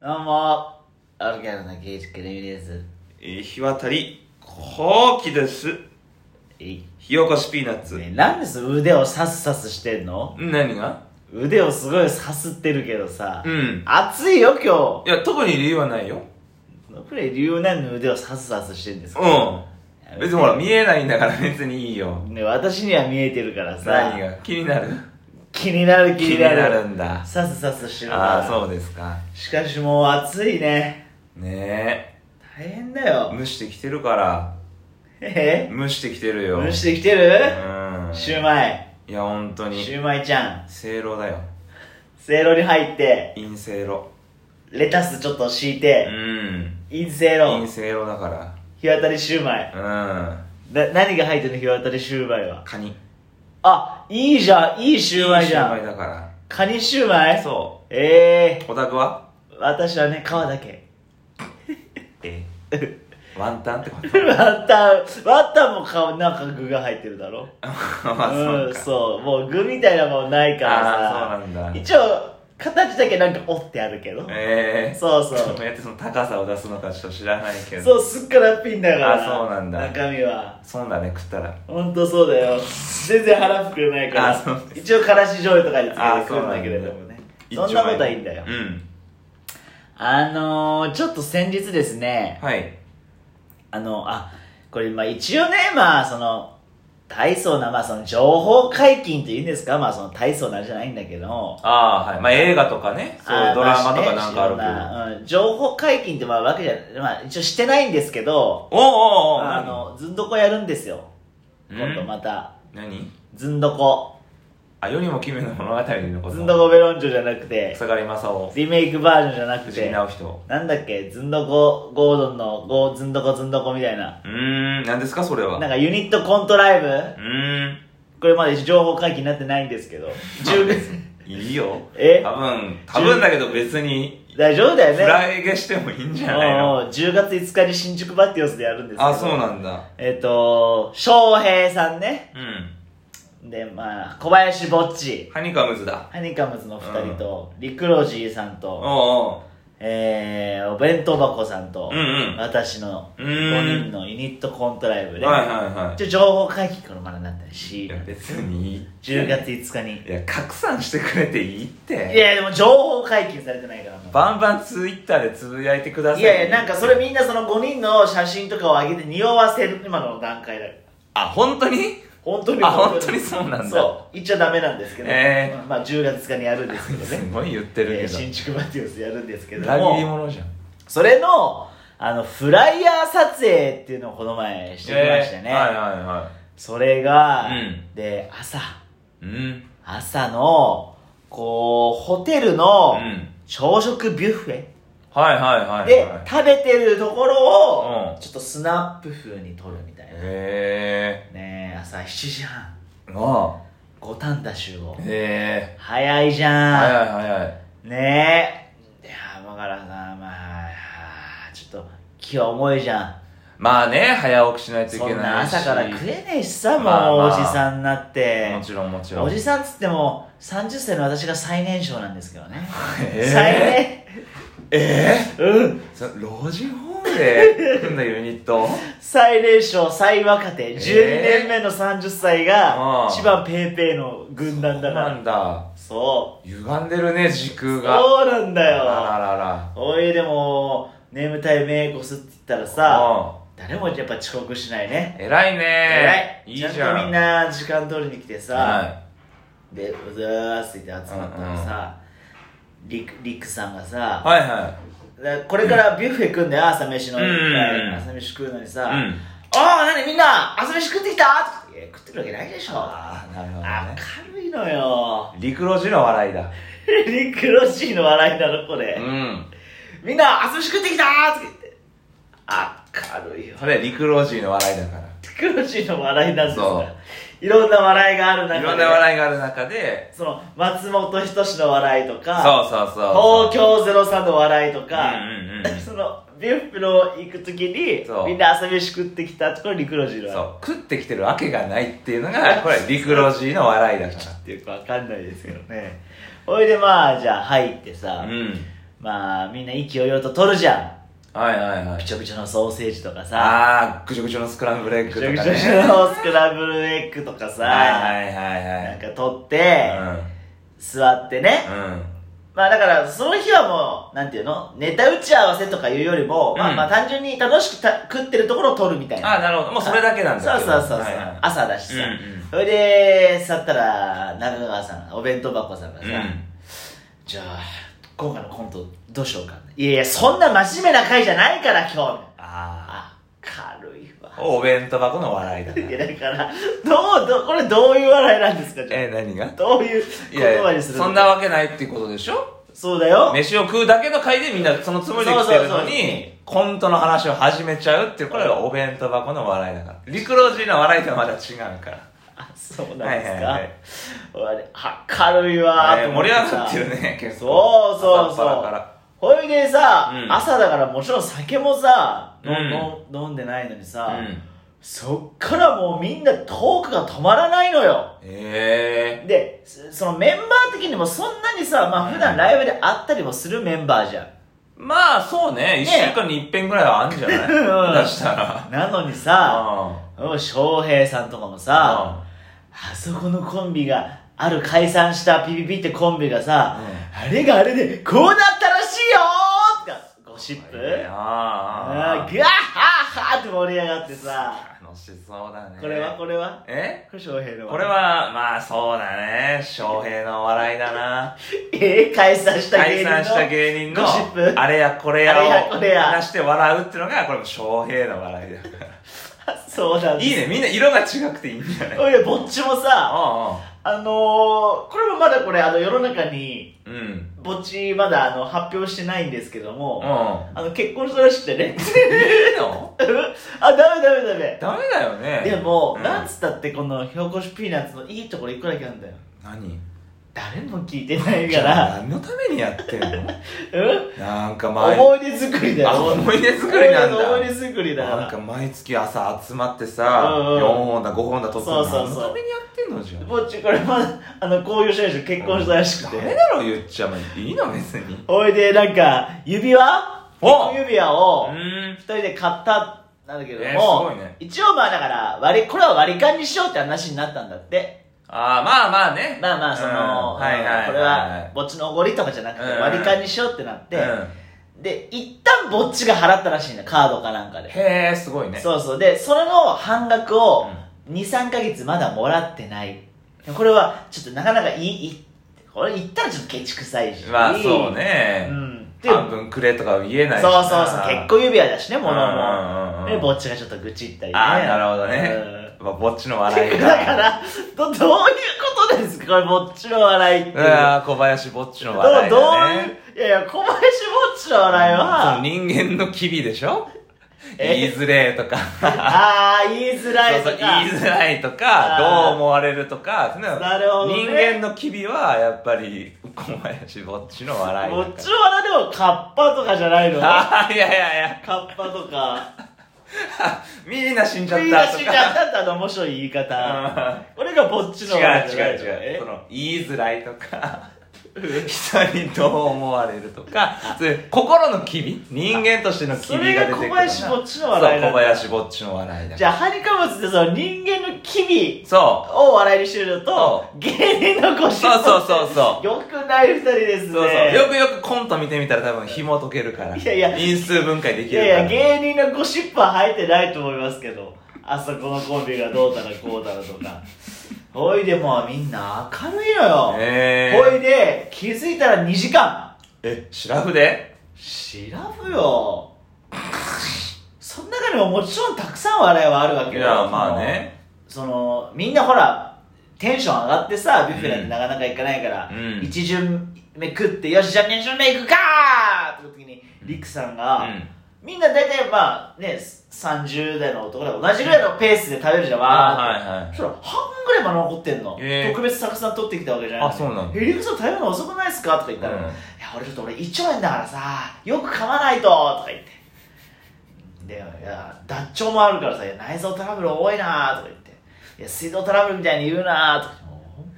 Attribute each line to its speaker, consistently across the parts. Speaker 1: どうも、オルキャルのケイチクレミです。
Speaker 2: えー、日渡り、後期です。
Speaker 1: えい
Speaker 2: ひよこしピーナッツ。
Speaker 1: ねなんでその腕をサスサスしてんの
Speaker 2: 何が
Speaker 1: 腕をすごいさすってるけどさ、
Speaker 2: うん。
Speaker 1: 暑いよ今
Speaker 2: いや、特に理由はないよ。
Speaker 1: 日どのくらい理由ないのに腕をサスサスしてんですか
Speaker 2: うん。別にほら、見
Speaker 1: え
Speaker 2: えないんだから別にいいよ。
Speaker 1: ね、私には見えてるからさ
Speaker 2: 何が気になる
Speaker 1: 気になる気になる
Speaker 2: んだ。
Speaker 1: サスサスしてるから
Speaker 2: ああ、そうですか。
Speaker 1: しかしもう暑いね
Speaker 2: ね
Speaker 1: 大変だよ
Speaker 2: え。蒸してきてるから。
Speaker 1: え
Speaker 2: 蒸してきてる
Speaker 1: え
Speaker 2: よ。
Speaker 1: 蒸してきてる
Speaker 2: うん。
Speaker 1: シューマイ
Speaker 2: いや、本当
Speaker 1: シ
Speaker 2: に。
Speaker 1: ューマイちゃん
Speaker 2: せいろだよ。
Speaker 1: せいろに入って
Speaker 2: 陰せいろ。
Speaker 1: レタスちょっと敷いうて、
Speaker 2: ん。
Speaker 1: 陰性
Speaker 2: 陰
Speaker 1: の
Speaker 2: せいろだか
Speaker 1: 日当たりシューマイ
Speaker 2: ら。うん。
Speaker 1: な何が入ってるの日当たりシューマイは
Speaker 2: カニ。
Speaker 1: あいいじゃんいいシューマイじゃ
Speaker 2: いい
Speaker 1: ん
Speaker 2: シューマイだか
Speaker 1: カニシューマ
Speaker 2: ら。
Speaker 1: イ
Speaker 2: そう。
Speaker 1: ええ
Speaker 2: お宅は
Speaker 1: ー、私はね皮だけ
Speaker 2: えワンタンってこと
Speaker 1: ワンタンワンタンも顔なんか具が入ってるだろ
Speaker 2: まあそう
Speaker 1: うん、
Speaker 2: か
Speaker 1: そうもう具みたいなもんないからさ
Speaker 2: あーそうなんだ
Speaker 1: 一応形だけなんか折ってあるけど
Speaker 2: ええ
Speaker 1: そうそう
Speaker 2: どうやってその高さを出すのかちょっと知らないけど
Speaker 1: そうすっからピンだから
Speaker 2: あそうなんだ
Speaker 1: 中身は
Speaker 2: そうだね食ったら
Speaker 1: ほんとそうだよ全然腹膨れないか
Speaker 2: あそう
Speaker 1: ら
Speaker 2: で
Speaker 1: 一応からし醤油とかにつけ
Speaker 2: あ
Speaker 1: てくるんだけれどもねそん
Speaker 2: 一
Speaker 1: な
Speaker 2: 丁
Speaker 1: こ
Speaker 2: 前
Speaker 1: とはいいんだよ
Speaker 2: うん
Speaker 1: あのー、ちょっと先日ですね
Speaker 2: はい
Speaker 1: あのあこれまあ一応ねまあその大層なまあその情報解禁というんですかまあその大層なんじゃないんだけど
Speaker 2: ああはいまあ映画とかねそう
Speaker 1: あー
Speaker 2: ドラマとか
Speaker 1: ま
Speaker 2: なんかあるけど、
Speaker 1: あるけど、うん、情報解禁ってまあわけじゃまあ一応してないんですけど
Speaker 2: おうおうおう
Speaker 1: あのずんどこやるんですよ今度また
Speaker 2: 何
Speaker 1: ずんどこ
Speaker 2: あ世にも奇妙な物語のこと
Speaker 1: ずんどこベロンジョじゃなくて
Speaker 2: 草刈正雄
Speaker 1: リメイクバージョンじゃなく
Speaker 2: 藤木
Speaker 1: て、
Speaker 2: 直人
Speaker 1: なんだっけ、ずんどこ、ゴードンの、ゴー、ずんどこずんどこみたいな。
Speaker 2: うーん何ですかそれは
Speaker 1: なんかユニットコントライ
Speaker 2: う
Speaker 1: ブ
Speaker 2: ーん
Speaker 1: これまで情報解禁になってないんですけど。10
Speaker 2: いいよ
Speaker 1: え
Speaker 2: 多分多分だけど別に
Speaker 1: 大丈夫だよ
Speaker 2: フ
Speaker 1: ね。
Speaker 2: ライ毛してもいいんじゃないの
Speaker 1: もう10月5日に新宿バッティオスでやるんですけど。
Speaker 2: あ、そうなんだ。
Speaker 1: えっ、と、翔平さんね。
Speaker 2: うん。
Speaker 1: で、まあ、小林ぼっち。
Speaker 2: ハニカムズだ。
Speaker 1: ハニカムズの2人と、リクロジーさん
Speaker 2: おう
Speaker 1: と、
Speaker 2: お
Speaker 1: えー、お弁当箱さんと、
Speaker 2: うんうん
Speaker 1: 私の
Speaker 2: う
Speaker 1: 5
Speaker 2: ー
Speaker 1: 人
Speaker 2: ん
Speaker 1: のユニットコントライブ
Speaker 2: う。
Speaker 1: で、
Speaker 2: はいはいは
Speaker 1: 一応情報解禁からまだなった
Speaker 2: い。い
Speaker 1: し
Speaker 2: や、別にいい。
Speaker 1: 10月。5日に
Speaker 2: いや、拡散してくれていいっ
Speaker 1: い
Speaker 2: て。
Speaker 1: やでも情報解禁されてないからもう
Speaker 2: バンバンツイッターでつぶやいてください。
Speaker 1: いやいやなんかそれみんなその5人の写真とかを上げて匂わせる今の段階だよ
Speaker 2: あ、本当に
Speaker 1: 本当に
Speaker 2: あ本当にそうなんだ
Speaker 1: そう言っちゃダメなんですけど、
Speaker 2: え
Speaker 1: まあまあ10月5日にやるんですけど
Speaker 2: す
Speaker 1: ね
Speaker 2: ごい言って
Speaker 1: え
Speaker 2: る
Speaker 1: ー新
Speaker 2: け
Speaker 1: 築マティオスやるんですけど
Speaker 2: ど。裏切り
Speaker 1: も
Speaker 2: 者じゃん。
Speaker 1: それのあのフライヤー撮影っていうのをこの前してきましてね、
Speaker 2: えーはいはいは
Speaker 1: それが、
Speaker 2: うん
Speaker 1: で朝
Speaker 2: い。うん。
Speaker 1: 朝のこうホテルの、
Speaker 2: うん。
Speaker 1: 朝食ビュッフェ
Speaker 2: はいはいはい。
Speaker 1: で
Speaker 2: はい、
Speaker 1: 食べてるところ
Speaker 2: う
Speaker 1: を
Speaker 2: ん
Speaker 1: ちょっとスナップ風に撮るみたいな、
Speaker 2: へ
Speaker 1: ねえ朝7時半
Speaker 2: え。あ
Speaker 1: 五反田集合
Speaker 2: あ。へえ。
Speaker 1: 早いじゃん、
Speaker 2: 早い早い。
Speaker 1: ねえいやだからさまあちょっと気は重いじゃん
Speaker 2: まあね、早起きしないとい
Speaker 1: そ
Speaker 2: けないし。
Speaker 1: んな朝から食えねえしさもう、
Speaker 2: まあまあ
Speaker 1: おじさんになって
Speaker 2: もちろんもちろん。
Speaker 1: おじさんっつっても30歳の私が最年少なんですけどね、
Speaker 2: えー
Speaker 1: 最年
Speaker 2: え
Speaker 1: うん
Speaker 2: ー、そ老人ホームで組んだユニット
Speaker 1: 最年少最若手12
Speaker 2: え
Speaker 1: 年
Speaker 2: ー
Speaker 1: 目の30歳が
Speaker 2: あー
Speaker 1: 千葉ペーペーの軍団だか
Speaker 2: な
Speaker 1: ら
Speaker 2: んだ
Speaker 1: そう
Speaker 2: 歪んでるね時空が
Speaker 1: そうなんだ
Speaker 2: あら
Speaker 1: よ
Speaker 2: らら
Speaker 1: おいでもネームタイム英語すって言ったらさ
Speaker 2: さ
Speaker 1: 誰もやっぱ遅刻しないね
Speaker 2: 偉いね
Speaker 1: 偉
Speaker 2: い
Speaker 1: い
Speaker 2: いじゃん
Speaker 1: ちゃんとみんな時間通りに来てさ
Speaker 2: は
Speaker 1: でうずーすって言って集まったらさりくりくさんが
Speaker 2: い、
Speaker 1: さ
Speaker 2: はいは
Speaker 1: だこれからビュッフェ食うんだよ朝飯の
Speaker 2: うんうんうん
Speaker 1: 朝飯食うのにさ
Speaker 2: いうん
Speaker 1: 「ああ何みんな朝飯食ってきた!」いや食ってるわけないでしょ
Speaker 2: ああなるほどね
Speaker 1: 明るいのよ
Speaker 2: 陸路時の笑いだ
Speaker 1: リクロシーの笑いなのこれ、
Speaker 2: うん
Speaker 1: みんな朝飯食ってきたーって言って明るいよ
Speaker 2: それ陸路時の笑いだか
Speaker 1: リクロシーの笑いなんです
Speaker 2: そ
Speaker 1: かいろんな笑いがある中
Speaker 2: ら
Speaker 1: で
Speaker 2: いろんな笑いがある中で
Speaker 1: その松本人志の笑いと
Speaker 2: そ
Speaker 1: か
Speaker 2: うそうそ
Speaker 1: 東
Speaker 2: う
Speaker 1: 京ゼロさの笑いとか、
Speaker 2: うんうんうん
Speaker 1: そのビュッフェの行く時に
Speaker 2: そう
Speaker 1: みんな朝飯食ってきたところリクロジーの笑い
Speaker 2: そう食ってきてるわけがないっていうのがこれ陸路時の笑いだか
Speaker 1: っていうかわかんないですけどねほいでまあじゃあ入ってさ、
Speaker 2: らうん
Speaker 1: まあみんな意気揚々と取るじゃん
Speaker 2: はいはいはい
Speaker 1: びちょびちょのソーセージとかさ
Speaker 2: ああぐちょぐちょのスクランブルエッ
Speaker 1: びち
Speaker 2: グとか
Speaker 1: ょ
Speaker 2: ね
Speaker 1: びちょのスクランブルエッグとかさ、
Speaker 2: はいはいはい
Speaker 1: な
Speaker 2: は
Speaker 1: ん
Speaker 2: い
Speaker 1: か取って、座ってね、
Speaker 2: うんうん
Speaker 1: まあだからその日はもうなんていうのネタ打ち合わせとかいうよりも、ま
Speaker 2: う
Speaker 1: あ
Speaker 2: ん
Speaker 1: まあ単純に楽しくた食ってるところを撮るみたいな
Speaker 2: あなるほどもうそれだけなん
Speaker 1: そう
Speaker 2: だ
Speaker 1: そ
Speaker 2: け
Speaker 1: う
Speaker 2: ど
Speaker 1: そうそう、
Speaker 2: はいはい
Speaker 1: 朝だしさ、
Speaker 2: うんうん
Speaker 1: それで座ったら中川さんお弁当箱さんがさ、
Speaker 2: うん
Speaker 1: じゃあ今回のコントどうしようかいやいやそんな真面目な回じゃないから今日
Speaker 2: あ
Speaker 1: あ軽いわ
Speaker 2: あお弁当箱の笑いだ
Speaker 1: いや
Speaker 2: な
Speaker 1: だからどうどうこれどういう笑いなんですかじゃ
Speaker 2: え何が
Speaker 1: あどういう
Speaker 2: いや
Speaker 1: 言
Speaker 2: い
Speaker 1: 葉
Speaker 2: や
Speaker 1: にするの
Speaker 2: そんなわけないっていうことでしょ
Speaker 1: そうだよ
Speaker 2: 飯を食うだけの回でみんなそのつもりで来てるのにコントの話を始めちゃうっていうこれはお弁当箱の笑いだから陸路人の笑いとはまだ違うから
Speaker 1: あそうなんです
Speaker 2: はいはいはい
Speaker 1: か俺、あ軽いわー
Speaker 2: え
Speaker 1: と
Speaker 2: ー
Speaker 1: 思っ
Speaker 2: 盛り
Speaker 1: てさ
Speaker 2: 上がってるね結
Speaker 1: そ
Speaker 2: 構
Speaker 1: うそう
Speaker 2: 朝っぱら
Speaker 1: そ
Speaker 2: か
Speaker 1: う
Speaker 2: ら
Speaker 1: ほいでさ、
Speaker 2: うん
Speaker 1: 朝だからもちろん酒もさ、の
Speaker 2: うん
Speaker 1: の飲んでないのにさ、
Speaker 2: うん
Speaker 1: そっからもうみんなトークが止まらないのよ
Speaker 2: え
Speaker 1: でそそのメンバー的にもそんなにさ、まあ
Speaker 2: うん
Speaker 1: 普段ライブで会ったりもするメンバーじゃん、
Speaker 2: えまあそう
Speaker 1: ね
Speaker 2: ね1週間に一遍ぐらいはあるんじゃない
Speaker 1: うん
Speaker 2: 出したら
Speaker 1: なのにさ
Speaker 2: あ
Speaker 1: うん翔平さんとかもさ、あそこのコンビがある解散したピピピってコンビがさ、あれがあれでこうなったらしいよーとかゴシップ、あ
Speaker 2: ああ
Speaker 1: ーぐわっはっはーって盛り上がってさ
Speaker 2: 楽しそうだね
Speaker 1: これはこれは
Speaker 2: え
Speaker 1: これ翔平の
Speaker 2: これはまあそうだね翔平の笑いだな
Speaker 1: えー、解散した芸人
Speaker 2: 解
Speaker 1: の
Speaker 2: 散した芸人の
Speaker 1: ゴシップ
Speaker 2: あれやこれや
Speaker 1: あれや
Speaker 2: を
Speaker 1: これや
Speaker 2: 話して笑うっていうのがこれも翔平の笑いだか
Speaker 1: そうなん
Speaker 2: ら
Speaker 1: で
Speaker 2: い
Speaker 1: す
Speaker 2: いねみんな色が違くていいんじゃない
Speaker 1: おいやぼっちもさ
Speaker 2: う
Speaker 1: あのー、これもまだこれあの世の中に
Speaker 2: んうんうん
Speaker 1: ぼっちまだあの発表してないんですけど
Speaker 2: う
Speaker 1: も、
Speaker 2: ん
Speaker 1: あの結婚したらしくてね
Speaker 2: いいの
Speaker 1: あダメダメダメ
Speaker 2: ダメだよね
Speaker 1: でも、
Speaker 2: うん
Speaker 1: なんつったってこのひょうこしピーナッツのいいところ一個だけなんだよ
Speaker 2: 何
Speaker 1: 誰も聞いてない
Speaker 2: じ
Speaker 1: か
Speaker 2: ゃあ
Speaker 1: ら
Speaker 2: 何のためにやってんの
Speaker 1: うん
Speaker 2: なんか前
Speaker 1: 思い出作りだ
Speaker 2: あ
Speaker 1: よ
Speaker 2: 思い出作りなんだ
Speaker 1: 思い出作りだか
Speaker 2: なんから毎月朝集まってさ、
Speaker 1: うんうん
Speaker 2: 4本だ5本だ撮ってるの
Speaker 1: そうそうそう
Speaker 2: 何のためにやってんのじゃん
Speaker 1: ぼっちこれまだあの公表してないでしょ結婚したらしく
Speaker 2: ダメ
Speaker 1: て
Speaker 2: だろ言っちゃまいいの別に
Speaker 1: おいでなんか指輪
Speaker 2: お
Speaker 1: 結婚指輪を
Speaker 2: ん
Speaker 1: 二人で買ったなんだけども、
Speaker 2: えーすごいね
Speaker 1: 一応まあだから割りこれは割り勘にしようって話になったんだって
Speaker 2: ああまあまあね
Speaker 1: まあまあその、
Speaker 2: うんはいはいはい
Speaker 1: これはぼっちのおごりとかじゃなくて
Speaker 2: うん
Speaker 1: 割り勘にしようってなって、
Speaker 2: うん
Speaker 1: で一旦ぼっちが払ったらしいんだカードかなんかで、
Speaker 2: へえすごいね
Speaker 1: そうそうでそれの半額を、23ヶ月まだもらってないこれはちょっとなかなかいいいこれ言ったらちょっとケチくさいし
Speaker 2: まあそう
Speaker 1: う
Speaker 2: ね、
Speaker 1: んで
Speaker 2: 半分くれとかは言えないしな
Speaker 1: そうそうそう結婚指輪だしね物も
Speaker 2: うんうんうん
Speaker 1: でぼっちがちょっと愚痴ったりね
Speaker 2: ああなるほどね、まあ、ぼっちの笑
Speaker 1: うん
Speaker 2: い
Speaker 1: だからどどういうことですかこれぼっちの笑いっていう
Speaker 2: うわー小林ぼっちの
Speaker 1: ど
Speaker 2: 笑いだね
Speaker 1: どういういやいや小林ぼっちの笑い
Speaker 2: その
Speaker 1: は
Speaker 2: 人間の機微でしょ
Speaker 1: え
Speaker 2: 言いづれーとか
Speaker 1: ああ言いづらい
Speaker 2: そう
Speaker 1: と
Speaker 2: そう言い
Speaker 1: か
Speaker 2: づらいと
Speaker 1: あー
Speaker 2: かどう思われるとかそういうの
Speaker 1: なるほどね
Speaker 2: 人間の機微はやっぱり小林ぼっちの笑い
Speaker 1: ぼ
Speaker 2: だ
Speaker 1: っ
Speaker 2: か
Speaker 1: ちの笑いでもカッパとかじゃないのカ
Speaker 2: らあーいやいやいや
Speaker 1: ッパとか
Speaker 2: みんな死んじゃ
Speaker 1: 食い
Speaker 2: っ
Speaker 1: 出
Speaker 2: た
Speaker 1: し
Speaker 2: と
Speaker 1: ちゃっ
Speaker 2: か
Speaker 1: たってあの面白い言い方
Speaker 2: うん
Speaker 1: 俺がぼっち
Speaker 2: 違
Speaker 1: の
Speaker 2: う違う
Speaker 1: え
Speaker 2: 違うその言いづらいとか人にどう思われるとかそういう心の機微人間としての機
Speaker 1: そ
Speaker 2: 微
Speaker 1: れ
Speaker 2: が
Speaker 1: が
Speaker 2: 出てく
Speaker 1: 小
Speaker 2: るな
Speaker 1: 林ぼっちの笑いなん
Speaker 2: そう小
Speaker 1: だ
Speaker 2: 林ぼっちの笑いだ
Speaker 1: じゃあハニカムツってその人間の機微
Speaker 2: そう
Speaker 1: を笑いにしてるのと芸人のゴシップ
Speaker 2: そうそうそうそう
Speaker 1: よくない二人ですね
Speaker 2: そうそうよくよくコント見てみたら多分紐解けるから
Speaker 1: いやいや
Speaker 2: 因数分解で
Speaker 1: い
Speaker 2: きるから
Speaker 1: やいや芸人のゴシップは入ってないと思いますけどあそこのコンビがどうたらこうたらとかほいでもうみんな明るいのよ、
Speaker 2: え
Speaker 1: ほ
Speaker 2: ー、
Speaker 1: いで気づいたら2時間
Speaker 2: えシラフで
Speaker 1: 知らぶよその中にももちろんたくさん笑いはあるわ
Speaker 2: い
Speaker 1: けよ
Speaker 2: やまあね
Speaker 1: そのみんなほらテンション上がってさビュッフェなんてなかなか行かないから、
Speaker 2: うん
Speaker 1: 一巡目食ってよしじゃあ2巡目行くかーって時にリクさんが、みんな大体まあね30代の男で同じぐらいのペースで食べるじゃん、わーって
Speaker 2: あはいはい
Speaker 1: そしたら半ぐらいまで残ってんの、
Speaker 2: えー
Speaker 1: 特別たくさん取ってきたわけじゃない
Speaker 2: あそうなの
Speaker 1: えリクさん食べるの遅くないですかとか言ったら、
Speaker 2: うん
Speaker 1: いや俺ちょっと俺胃腸炎だからさよく噛まないととか言ってでいや脱腸もあるからさいや内臓トラブル多いなとか言っていや水道トラブルみたいに言うなとか言って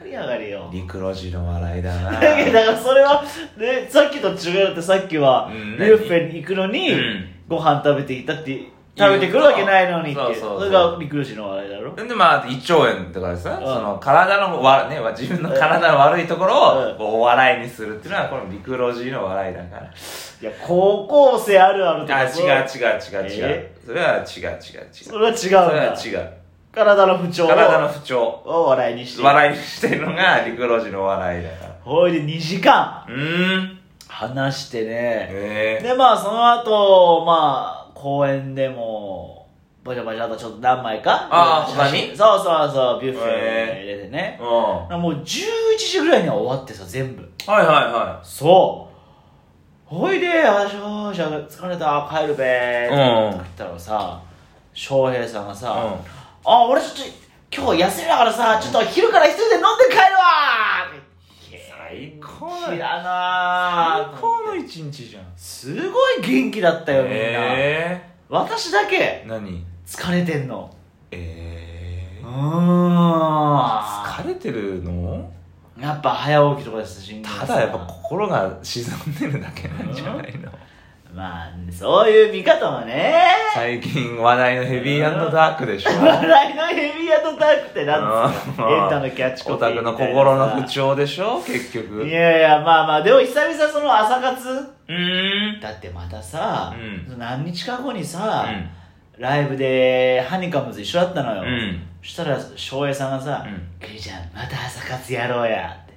Speaker 1: 盛り上がりよ。
Speaker 2: リクロジの笑いだな
Speaker 1: だけどだからそれは、ね、さっきと違うってさっきは、
Speaker 2: うん
Speaker 1: ビュッフェに行くのに、
Speaker 2: うん
Speaker 1: ご飯食べていたって、食べてくるわけないのにって。
Speaker 2: そ
Speaker 1: そう
Speaker 2: そうそう
Speaker 1: れがリクロジの笑いだろ。
Speaker 2: で、まあ、胃腸炎とかでさ、
Speaker 1: うん
Speaker 2: その、体のわ、ね、わ自分の体の悪いところ
Speaker 1: う
Speaker 2: を、
Speaker 1: ん
Speaker 2: こうお笑いにするっていうのは、このリクロジーの笑いだから。
Speaker 1: いや、高校生あるあるとか
Speaker 2: あ、違う
Speaker 1: そう
Speaker 2: 違う違う違う
Speaker 1: え。
Speaker 2: それは違う違う違う。
Speaker 1: それは違うん
Speaker 2: それ
Speaker 1: だ。
Speaker 2: は違う。
Speaker 1: 体の不調を
Speaker 2: 体の不調。
Speaker 1: を笑いにして。
Speaker 2: 笑いにしてるのが、リクロジーの笑いだから。
Speaker 1: ほいで2時間
Speaker 2: うーん。
Speaker 1: 話してね。
Speaker 2: ええ
Speaker 1: で、まあその後、まあ、公園でも、バシャバシャとちょっと何枚か。
Speaker 2: あー
Speaker 1: 写真
Speaker 2: 他に
Speaker 1: そうそうそう、ビュッフ
Speaker 2: へ
Speaker 1: ェ入れてね。
Speaker 2: うん。は
Speaker 1: もう11時ぐらいには終わってさ、全部。
Speaker 2: いはいは
Speaker 1: そう。ほいで、あ、しょーしゃ、疲れた、帰るべーって
Speaker 2: うん
Speaker 1: 言ったらさ、翔平さんがさ、
Speaker 2: うん
Speaker 1: あ、俺ちょっと、今日休みだからさ、ちょっと昼から一人で飲んで帰るわー
Speaker 2: い。最高
Speaker 1: 元気
Speaker 2: だ。
Speaker 1: だな
Speaker 2: 最
Speaker 1: ー
Speaker 2: 高の一日じゃん。
Speaker 1: すごい元気だったよ、みんな。
Speaker 2: え
Speaker 1: 私だ
Speaker 2: え
Speaker 1: け、
Speaker 2: 何
Speaker 1: 疲れてんの。
Speaker 2: ええ
Speaker 1: うーん。
Speaker 2: 疲れてるの
Speaker 1: やっぱ早起きとかですし、
Speaker 2: ただやっぱ心が沈んでるだけなんじゃないの
Speaker 1: まあ、そういう見方もね。
Speaker 2: 最近話題のヘビーダークで しょ
Speaker 1: 笑いのヘビーアドタックってなんです
Speaker 2: う
Speaker 1: か
Speaker 2: ん
Speaker 1: エンタのキャッチコ
Speaker 2: オ
Speaker 1: ピー
Speaker 2: タ
Speaker 1: みた
Speaker 2: ク
Speaker 1: いな
Speaker 2: の
Speaker 1: さ
Speaker 2: 心の不調でしょ結局
Speaker 1: いやいやまあまあでも久々その朝活
Speaker 2: うーん
Speaker 1: だってまたさ、
Speaker 2: う
Speaker 1: 何日か後に
Speaker 2: う
Speaker 1: さ、
Speaker 2: ん
Speaker 1: ライブでハニカムズ一緒だったのよ、
Speaker 2: うん
Speaker 1: そしたら翔平さんがさ
Speaker 2: うん
Speaker 1: 「クリちゃんまた朝活やろうや」って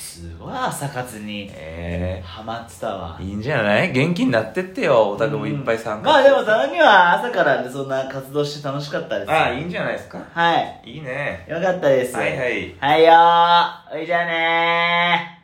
Speaker 1: すごい朝活に
Speaker 2: え
Speaker 1: ハマってたわ
Speaker 2: えいいんじゃない元気になってってよオタクもいっぱい参加
Speaker 1: まあ
Speaker 2: して
Speaker 1: でもたまには朝からねそんな活動して楽しかったです
Speaker 2: ああいいんじゃないですか
Speaker 1: はい
Speaker 2: いいね
Speaker 1: よかったです
Speaker 2: はいはい
Speaker 1: はいよー。おいじゃあねー。